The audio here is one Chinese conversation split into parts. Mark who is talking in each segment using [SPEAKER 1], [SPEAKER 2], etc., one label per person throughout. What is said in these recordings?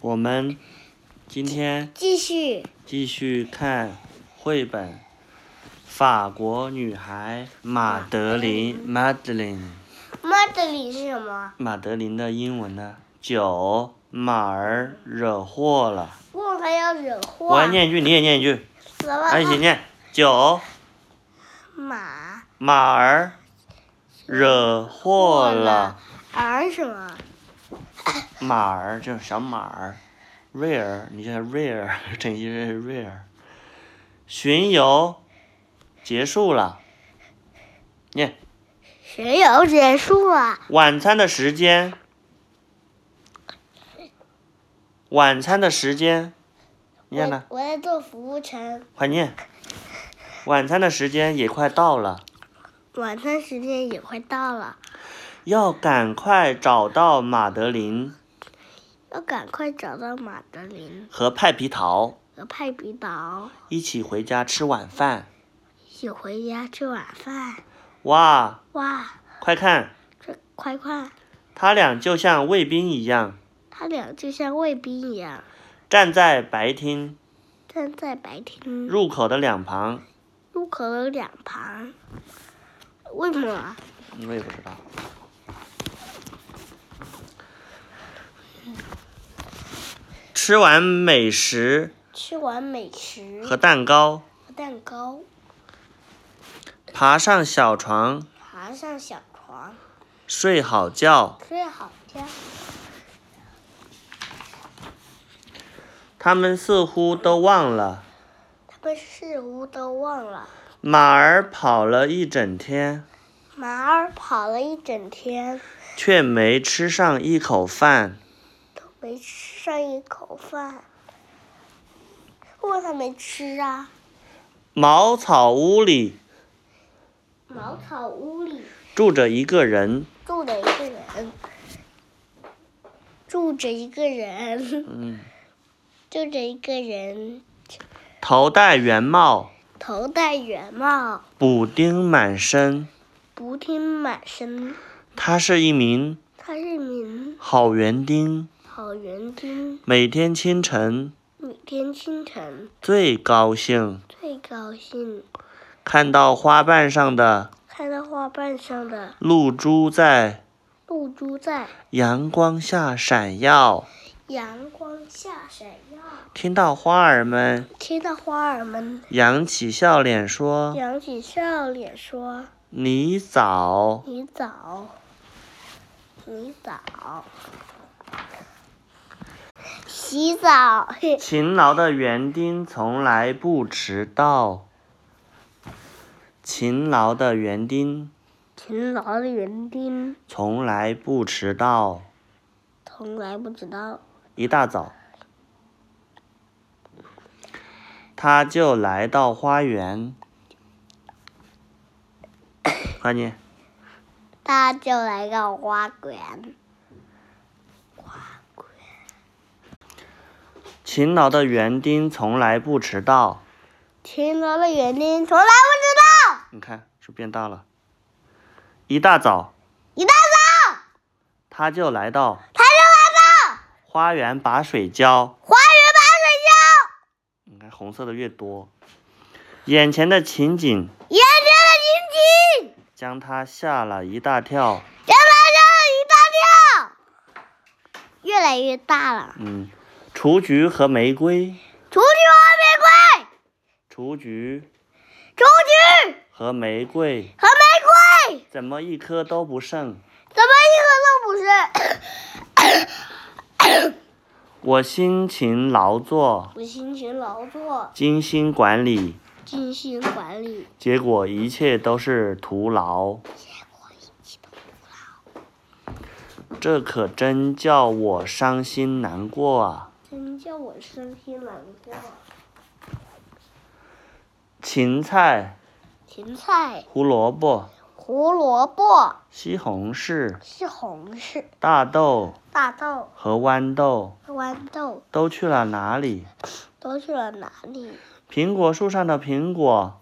[SPEAKER 1] 我们今天
[SPEAKER 2] 继续
[SPEAKER 1] 继续看绘本《法国女孩马德琳》（Madeline）。
[SPEAKER 2] ，Madeline 是什么？
[SPEAKER 1] 马德琳的英文呢？九马儿惹祸了。
[SPEAKER 2] 问他要惹祸
[SPEAKER 1] 我
[SPEAKER 2] 啊。
[SPEAKER 1] 来念一句，你也念一句，
[SPEAKER 2] 死了
[SPEAKER 1] 啊，一起念。九
[SPEAKER 2] 马
[SPEAKER 1] 马儿惹祸了。
[SPEAKER 2] 儿什么？
[SPEAKER 1] 马儿就是小马儿，瑞儿，你叫它瑞 儿，整一瑞瑞儿。巡游结束了，念
[SPEAKER 2] 巡游结束了。
[SPEAKER 1] 晚餐的时间，晚餐的时间，念呢，
[SPEAKER 2] 我我在做服务生，
[SPEAKER 1] 快念。晚餐的时间也快到了，
[SPEAKER 2] 晚餐时间也快到了，
[SPEAKER 1] 要赶快找到马德琳
[SPEAKER 2] 要赶快找到马德琳
[SPEAKER 1] 和派皮桃
[SPEAKER 2] 和派比岛
[SPEAKER 1] 一起回家吃晚饭。
[SPEAKER 2] 一起回家吃晚饭。
[SPEAKER 1] 哇，
[SPEAKER 2] 哇，
[SPEAKER 1] 快看，
[SPEAKER 2] 这快快，
[SPEAKER 1] 他俩就像卫兵一样。
[SPEAKER 2] 他俩就像卫兵一样
[SPEAKER 1] 站在白厅
[SPEAKER 2] 站在白厅
[SPEAKER 1] 入口的两旁，
[SPEAKER 2] 入口的两旁。为什么？
[SPEAKER 1] 我也不知道。吃完美食
[SPEAKER 2] 吃完美食
[SPEAKER 1] 和蛋糕，
[SPEAKER 2] 和蛋糕，
[SPEAKER 1] 爬上小床
[SPEAKER 2] 爬上小床，
[SPEAKER 1] 睡好觉。
[SPEAKER 2] 睡好觉。
[SPEAKER 1] 他们似乎都忘了，
[SPEAKER 2] 他们似乎都忘了，
[SPEAKER 1] 马儿跑了一整天，
[SPEAKER 2] 马儿跑了一整天，
[SPEAKER 1] 却没吃上一口饭。
[SPEAKER 2] 都没吃上一口饭。为啥没吃啊？
[SPEAKER 1] 茅草屋里
[SPEAKER 2] 茅草屋里
[SPEAKER 1] 住着一个人，
[SPEAKER 2] 住着一个人，住着一个人，
[SPEAKER 1] 嗯，
[SPEAKER 2] 住着一个人，
[SPEAKER 1] 头戴圆帽，
[SPEAKER 2] 头戴圆帽，
[SPEAKER 1] 补丁满身。
[SPEAKER 2] 补丁满身。
[SPEAKER 1] 他是一名
[SPEAKER 2] 他是名
[SPEAKER 1] 好园丁，
[SPEAKER 2] 好园丁，
[SPEAKER 1] 每天清晨
[SPEAKER 2] 每天清晨
[SPEAKER 1] 最高兴
[SPEAKER 2] 最高兴
[SPEAKER 1] 看到花瓣上的
[SPEAKER 2] 看到花瓣上的
[SPEAKER 1] 露珠在
[SPEAKER 2] 露珠在
[SPEAKER 1] 阳光下闪耀，
[SPEAKER 2] 阳光下闪耀，
[SPEAKER 1] 听到花儿们
[SPEAKER 2] 听到花儿们
[SPEAKER 1] 扬起笑脸说
[SPEAKER 2] 扬起笑脸说
[SPEAKER 1] “你早”，。
[SPEAKER 2] 你早，你早。洗澡， 嘿，
[SPEAKER 1] 勤劳的园丁从来不迟到。勤劳的园丁
[SPEAKER 2] 勤劳的园丁
[SPEAKER 1] 从来不迟到。
[SPEAKER 2] 从来不知道，
[SPEAKER 1] 一大早，他就来到花园。快念，
[SPEAKER 2] 他就来到花园。
[SPEAKER 1] 勤劳的园丁从来不迟到。
[SPEAKER 2] 勤劳的园丁从来不知道。
[SPEAKER 1] 你看，是不是变大了。一大早，
[SPEAKER 2] 一大早，
[SPEAKER 1] 他就来到
[SPEAKER 2] 他就来到
[SPEAKER 1] 花园把水浇。
[SPEAKER 2] 花园把
[SPEAKER 1] 你看，红色的越多，眼前的情景
[SPEAKER 2] 水浇，眼前的情景
[SPEAKER 1] 将他吓了一大跳。
[SPEAKER 2] 让他吓了一大跳，越来越大了。
[SPEAKER 1] 嗯，雏菊和玫瑰，
[SPEAKER 2] 雏菊和玫瑰，
[SPEAKER 1] 雏菊
[SPEAKER 2] 雏菊
[SPEAKER 1] 和玫瑰
[SPEAKER 2] 和玫瑰，
[SPEAKER 1] 怎么一颗都不剩？
[SPEAKER 2] 怎么一个都不 是？
[SPEAKER 1] 我辛勤劳作，
[SPEAKER 2] 我辛勤劳作，
[SPEAKER 1] 精心管理，
[SPEAKER 2] 精心管理，
[SPEAKER 1] 结果一切都是徒劳。这可真叫我伤心难过啊！
[SPEAKER 2] 真叫我伤心难过。
[SPEAKER 1] 芹菜、
[SPEAKER 2] 芹菜、
[SPEAKER 1] 胡萝卜、
[SPEAKER 2] 胡萝卜、
[SPEAKER 1] 西红柿、
[SPEAKER 2] 西红柿、
[SPEAKER 1] 大豆
[SPEAKER 2] 大豆、
[SPEAKER 1] 和豌豆
[SPEAKER 2] 豌豆
[SPEAKER 1] 都去了哪里？
[SPEAKER 2] 都去了哪里？
[SPEAKER 1] 苹果树上的苹果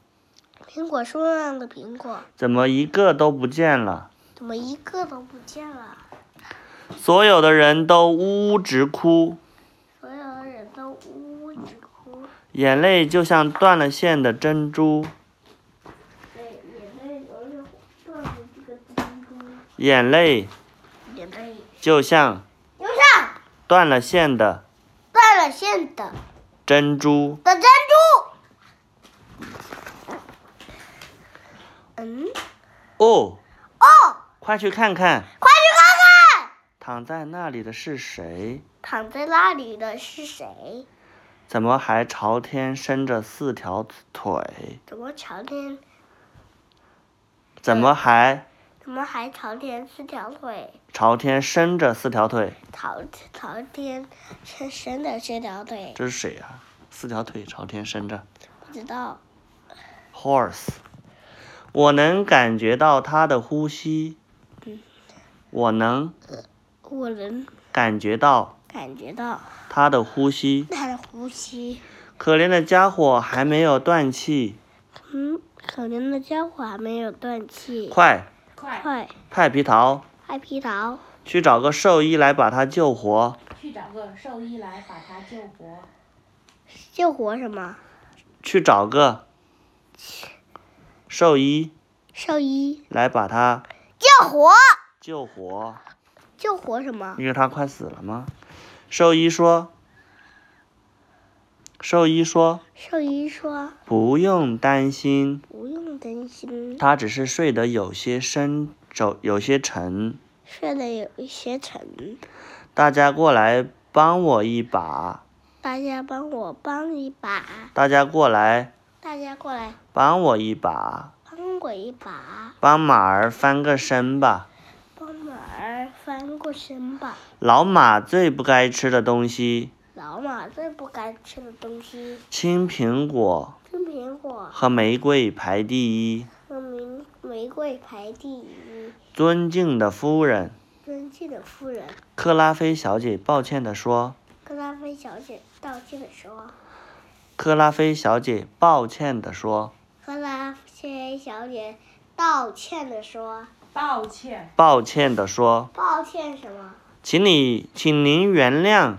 [SPEAKER 2] 苹果树上的苹果
[SPEAKER 1] 怎么一个都不见了？
[SPEAKER 2] 怎么一个都不见了？
[SPEAKER 1] 所有的人都呜呜直哭，眼泪就像断了线的珍珠，
[SPEAKER 2] 眼泪流着断了这个珍珠，
[SPEAKER 1] 眼泪
[SPEAKER 2] 眼泪
[SPEAKER 1] 就像
[SPEAKER 2] 流上
[SPEAKER 1] 断了线的
[SPEAKER 2] 断了线的
[SPEAKER 1] 珍珠。
[SPEAKER 2] 的珍珠。嗯，
[SPEAKER 1] 哦，
[SPEAKER 2] 哦，
[SPEAKER 1] 快去看看
[SPEAKER 2] 快去看看，
[SPEAKER 1] 躺在那里的是谁？
[SPEAKER 2] 躺在那里的是谁？
[SPEAKER 1] 怎么还朝天伸着四条腿？
[SPEAKER 2] 怎么朝天？
[SPEAKER 1] 怎么还
[SPEAKER 2] 怎么还朝天四条腿？
[SPEAKER 1] 朝天伸着四条腿？
[SPEAKER 2] 朝朝天深深的四条腿，
[SPEAKER 1] 这是谁啊？四条腿朝天伸着
[SPEAKER 2] 不知道。
[SPEAKER 1] ，horse。我能感觉到他的呼吸，
[SPEAKER 2] 嗯
[SPEAKER 1] 我能
[SPEAKER 2] 我能
[SPEAKER 1] 感觉到
[SPEAKER 2] 感觉到
[SPEAKER 1] 他的呼吸。
[SPEAKER 2] 他的呼吸。
[SPEAKER 1] 可怜的家伙还没有断气，
[SPEAKER 2] 嗯，可怜的家伙还没有断气。
[SPEAKER 1] 快！
[SPEAKER 3] 快
[SPEAKER 2] 快，
[SPEAKER 1] 派皮桃
[SPEAKER 2] 快皮桃，
[SPEAKER 1] 去找个兽医来把他救活，
[SPEAKER 3] 去找个兽医来把他救活，
[SPEAKER 2] 救活什么？
[SPEAKER 1] 去找个兽医
[SPEAKER 2] 兽医
[SPEAKER 1] 来把他
[SPEAKER 2] 救活，
[SPEAKER 1] 救活，
[SPEAKER 2] 救活什么？
[SPEAKER 1] 因为他快死了吗？兽医说，兽医说
[SPEAKER 2] 兽医说
[SPEAKER 1] 不用担心，
[SPEAKER 2] 不用担心，
[SPEAKER 1] 他只是睡得有些深，走有些沉。
[SPEAKER 2] 睡得有一些沉，
[SPEAKER 1] 大家过来帮我一把，
[SPEAKER 2] 大家帮我帮一把，
[SPEAKER 1] 大家过来
[SPEAKER 2] 大家过来
[SPEAKER 1] 帮我一把，
[SPEAKER 2] 帮我一把，
[SPEAKER 1] 帮马儿翻个身吧。
[SPEAKER 2] 帮马儿翻过身吧。
[SPEAKER 1] 老马最不该吃的东西，
[SPEAKER 2] 老马最不该吃的东西，
[SPEAKER 1] 青苹果
[SPEAKER 2] 青苹果
[SPEAKER 1] 和玫瑰排第一。
[SPEAKER 2] 和玫玫瑰排第一。
[SPEAKER 1] 尊敬的夫人，
[SPEAKER 2] 尊敬的夫人，
[SPEAKER 1] 克拉菲小姐抱歉地说。
[SPEAKER 2] 格拉菲小姐道歉的说
[SPEAKER 1] 克拉菲小姐抱歉地说
[SPEAKER 2] 格拉菲小姐道歉的说：“
[SPEAKER 3] 抱歉，：“
[SPEAKER 1] 抱歉地说，
[SPEAKER 2] 抱歉什么？
[SPEAKER 1] 请你，请您原谅。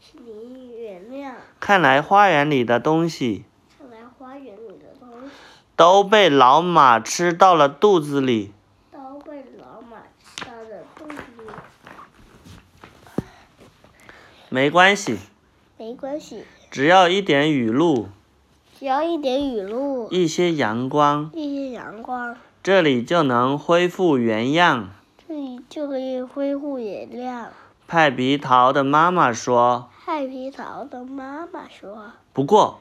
[SPEAKER 2] 请您原谅。
[SPEAKER 1] 看来花园里的东西
[SPEAKER 2] 看来花园里的东西
[SPEAKER 1] 都被老马吃到了肚子里。
[SPEAKER 2] 都被老马吃到的肚子里，
[SPEAKER 1] 没关系，
[SPEAKER 2] 没关系，
[SPEAKER 1] 只要一点雨露，
[SPEAKER 2] 只要一点雨露，
[SPEAKER 1] 一些阳光，
[SPEAKER 2] 一些阳光，
[SPEAKER 1] 这里就能恢复原样。”
[SPEAKER 2] 这里嗯就可以恢复原谅。”
[SPEAKER 1] 派皮桃的妈妈说
[SPEAKER 2] 害皮桃的妈妈说：“
[SPEAKER 1] 不过，：“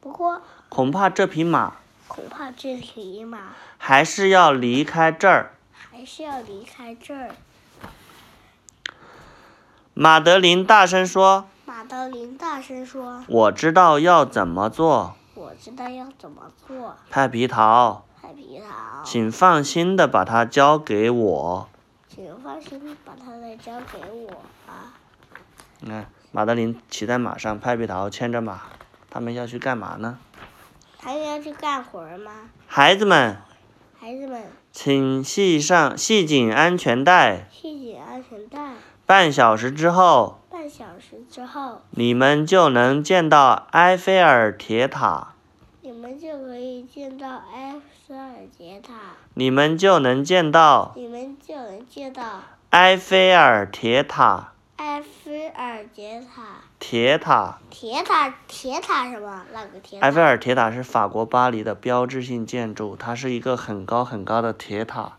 [SPEAKER 2] 不过，
[SPEAKER 1] 恐怕这匹马
[SPEAKER 2] 恐怕这匹马
[SPEAKER 1] 还是要离开这儿。
[SPEAKER 2] 还是要离开这儿。”
[SPEAKER 1] 马德琳大声说
[SPEAKER 2] 马德琳大声说：“
[SPEAKER 1] 我知道要怎么做。：“
[SPEAKER 2] 我知道要怎么做。
[SPEAKER 1] 派皮桃，”
[SPEAKER 2] 海皮桃，
[SPEAKER 1] 请放心的把它交给我。
[SPEAKER 2] 请放心把它的交给我啊吧。
[SPEAKER 1] 你看，马德琳骑在马上，派皮桃牵着马，他们要去干嘛呢？
[SPEAKER 2] 他们要去干活儿吗？
[SPEAKER 1] 孩子们，
[SPEAKER 2] 孩子们，
[SPEAKER 1] 请系上系紧安全带。
[SPEAKER 2] 系紧安全带。
[SPEAKER 1] 半小时之后，
[SPEAKER 2] 啊半小时之后，
[SPEAKER 1] 你们就能见到埃菲尔铁塔，
[SPEAKER 2] 你们就可以见到埃菲尔铁塔，
[SPEAKER 1] 你们就能见到
[SPEAKER 2] 你们就能见到
[SPEAKER 1] 埃菲尔铁塔，
[SPEAKER 2] 埃菲尔铁塔。
[SPEAKER 1] 铁塔。
[SPEAKER 2] 铁塔，铁塔什么？那个铁塔？
[SPEAKER 1] 埃菲尔铁塔是法国巴黎的标志性建筑，它是一个很高很高的铁塔，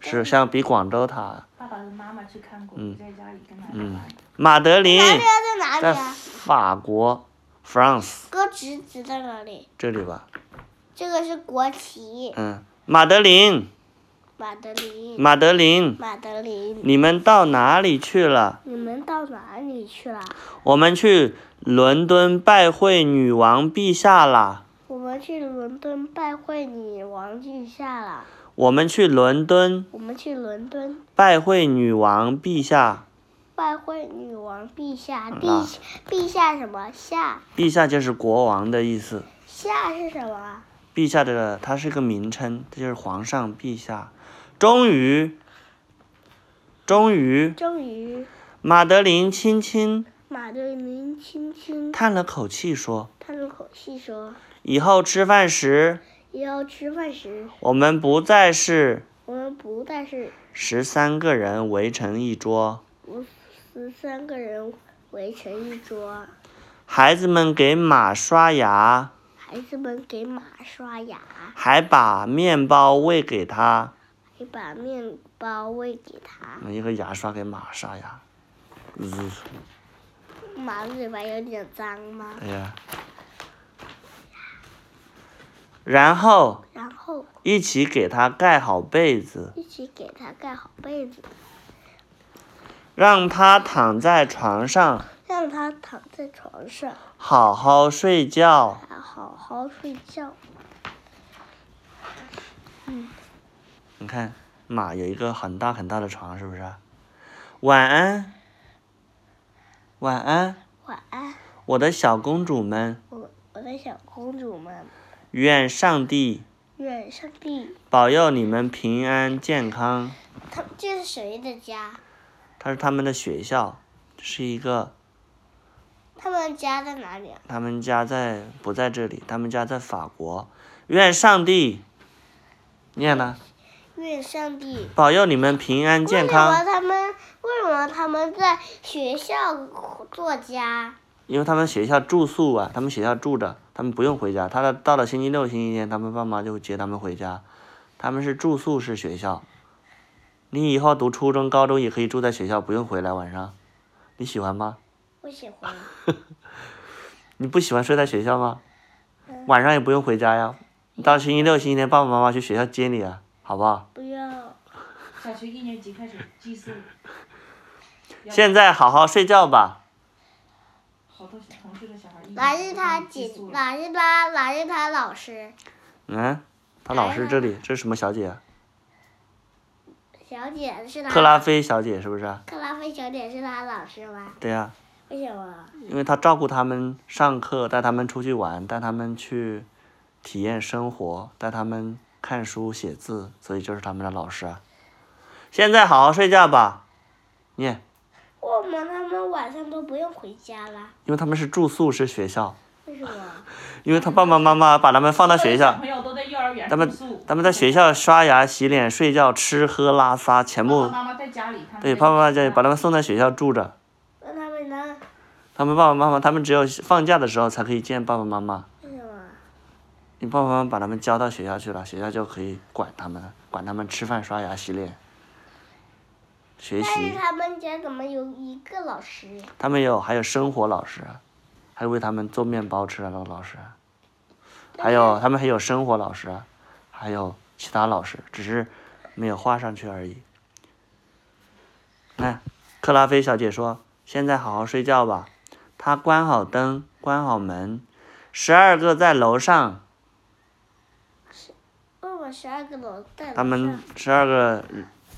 [SPEAKER 1] 是像比广州塔。
[SPEAKER 3] 爸爸跟妈妈去看过，
[SPEAKER 1] 嗯
[SPEAKER 3] 我在家里跟他们玩。
[SPEAKER 1] 马德琳
[SPEAKER 2] 哪里啊？在哪里
[SPEAKER 1] 哎在
[SPEAKER 2] 啊？
[SPEAKER 1] 法国 France
[SPEAKER 2] 哥指指在哪里？
[SPEAKER 1] 这里吧，
[SPEAKER 2] 这个是国旗，
[SPEAKER 1] 嗯，马德琳，
[SPEAKER 2] 马德琳，
[SPEAKER 1] 马德琳，
[SPEAKER 2] 马德琳，
[SPEAKER 1] 你们到哪里去了？
[SPEAKER 2] 你们到哪里去了？
[SPEAKER 1] 我们去伦敦拜会女王陛下啦！
[SPEAKER 2] 我们去伦敦拜会女王陛下了。
[SPEAKER 1] 我们去伦敦
[SPEAKER 2] 我们去伦敦
[SPEAKER 1] 拜会女王陛下，
[SPEAKER 2] 拜会女王陛下，
[SPEAKER 1] 啊
[SPEAKER 2] 陛陛下什么下？
[SPEAKER 1] 陛下就是国王的意思。
[SPEAKER 2] 下是什么？啊
[SPEAKER 1] 陛下的它是个名称，这就是皇上、陛下。终于，终于，
[SPEAKER 2] 终于，
[SPEAKER 1] 马德琳轻轻
[SPEAKER 2] 马队明轻轻
[SPEAKER 1] 叹了口气说
[SPEAKER 2] 叹了口气说：“：“
[SPEAKER 1] 以后吃饭时，
[SPEAKER 2] 也要吃饭时，
[SPEAKER 1] 我们不再是
[SPEAKER 2] 我们不但是
[SPEAKER 1] 十三个人围成一桌。
[SPEAKER 2] 五十三个人围成一桌，
[SPEAKER 1] 孩子们给马刷牙，
[SPEAKER 2] 孩子们给马刷牙，
[SPEAKER 1] 还把面包喂给它。
[SPEAKER 2] 还把面包喂给它。
[SPEAKER 1] 一个牙刷给马刷牙，嗯，
[SPEAKER 2] 马嘴巴有点脏吗？
[SPEAKER 1] 哎呀。然后
[SPEAKER 2] 然后
[SPEAKER 1] 一起给它盖好被子，
[SPEAKER 2] 一起给它盖好被子，
[SPEAKER 1] 让它躺在床上
[SPEAKER 2] 让它躺在床上，
[SPEAKER 1] 好好睡觉。
[SPEAKER 2] 它好好睡觉。
[SPEAKER 1] 你看，马有一个很大很大的床，是不是？晚安，晚安，
[SPEAKER 2] 晚安，
[SPEAKER 1] 我的小公主们，
[SPEAKER 2] 我我的小公主们，
[SPEAKER 1] 愿上帝
[SPEAKER 2] 愿上帝。
[SPEAKER 1] 保佑你们平安健康。
[SPEAKER 2] 他这是谁的家？
[SPEAKER 1] 它是他们的学校，是一个
[SPEAKER 2] 他们家在哪里啊？
[SPEAKER 1] 他们家在不在这里？他们家在法国。愿上帝，念呢，
[SPEAKER 2] 愿上帝
[SPEAKER 1] 保佑你们平安健
[SPEAKER 2] 为什么
[SPEAKER 1] 康，
[SPEAKER 2] 他们为什么他们在学校做家？
[SPEAKER 1] 因为他们学校住宿啊，他们学校住着，他们不用回家。他的到了星期六、星期天，他们爸妈就会接他们回家。他们是住宿式学校，你以后读初中、高中也可以住在学校，不用回来晚上。你喜欢吗？
[SPEAKER 2] 我喜欢。
[SPEAKER 1] 你不喜欢睡在学校吗？晚上也不用回家呀，到星期六、星期天，爸爸妈妈去学校接你啊，好不好？
[SPEAKER 2] 不要，
[SPEAKER 3] 小学一年级开始寄宿，要
[SPEAKER 1] 现在好好睡觉吧。
[SPEAKER 3] 好多同事的小孩一年级
[SPEAKER 2] 哪是他
[SPEAKER 3] 都寄
[SPEAKER 2] 姐
[SPEAKER 3] 宿？了
[SPEAKER 2] 哪是他？哪是他老师？
[SPEAKER 1] 嗯，他老师这里，这是什么小姐？
[SPEAKER 2] 小姐是他
[SPEAKER 1] 克拉菲小姐是不是？
[SPEAKER 2] 克拉菲小姐是他老师吗？
[SPEAKER 1] 对呀、
[SPEAKER 2] 为什么？
[SPEAKER 1] 因为她照顾他们上课，带他们出去玩，带他们去体验生活，带他们看书写字，所以就是他们的老师啊。现在好好睡觉吧，念，
[SPEAKER 2] 为什么他们晚上都不用回家啦？
[SPEAKER 1] 因为他们是住宿式学校，
[SPEAKER 2] 为什么？
[SPEAKER 1] 因为他爸爸妈妈把他们放到学
[SPEAKER 3] 小
[SPEAKER 1] 校。
[SPEAKER 3] 朋友都在幼儿园
[SPEAKER 1] 他们
[SPEAKER 3] 住宿，
[SPEAKER 1] 他们在学校刷牙、洗脸、睡觉、吃喝拉撒，全
[SPEAKER 3] 爸爸
[SPEAKER 1] 部
[SPEAKER 3] 妈妈在家里，他们
[SPEAKER 1] 对
[SPEAKER 3] 在
[SPEAKER 1] 爸爸妈妈
[SPEAKER 3] 家
[SPEAKER 1] 就
[SPEAKER 3] 里
[SPEAKER 1] 把他们送在学校住着。
[SPEAKER 2] 那他们呢？
[SPEAKER 1] 他们爸爸妈妈，他们只有放假的时候才可以见爸爸妈妈。
[SPEAKER 2] 为什么？
[SPEAKER 1] 你爸爸妈妈把他们交到学校去了，学校就可以管他们了，管他们吃饭、刷牙、洗脸、学
[SPEAKER 2] 但是
[SPEAKER 1] 习。
[SPEAKER 2] 他们家怎么有一个老师？
[SPEAKER 1] 他们有还有生活老师，还为他们做面包吃的那个老师，还有他们还有生活老师，还有其他老师，只是没有画上去而已。看，克拉菲小姐说：“现在好好睡觉吧。”她关好灯，关好门。十二个在楼上，
[SPEAKER 2] 为什么十二个楼在楼
[SPEAKER 1] 他们
[SPEAKER 2] 上
[SPEAKER 1] 十二个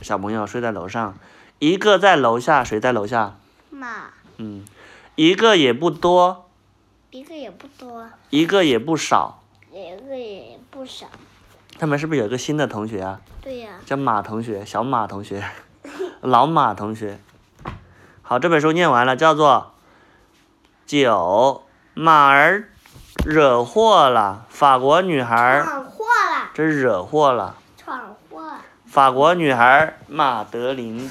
[SPEAKER 1] 小朋友睡在楼上，一个在楼下，谁在楼下？
[SPEAKER 2] 马
[SPEAKER 1] 嗯，一个也不多，
[SPEAKER 2] 一个也不多，
[SPEAKER 1] 一个也不少。
[SPEAKER 2] 一个也不少。
[SPEAKER 1] 他们是不是有一个新的同学啊？
[SPEAKER 2] 对呀、
[SPEAKER 1] 叫马同学，小马同学， 老马同学。好，这本书念完了，叫做《九马儿惹祸了》，法国女孩儿，
[SPEAKER 2] 闯祸了，
[SPEAKER 1] 这惹祸了。
[SPEAKER 2] 闯祸了，
[SPEAKER 1] 法国女孩儿马德琳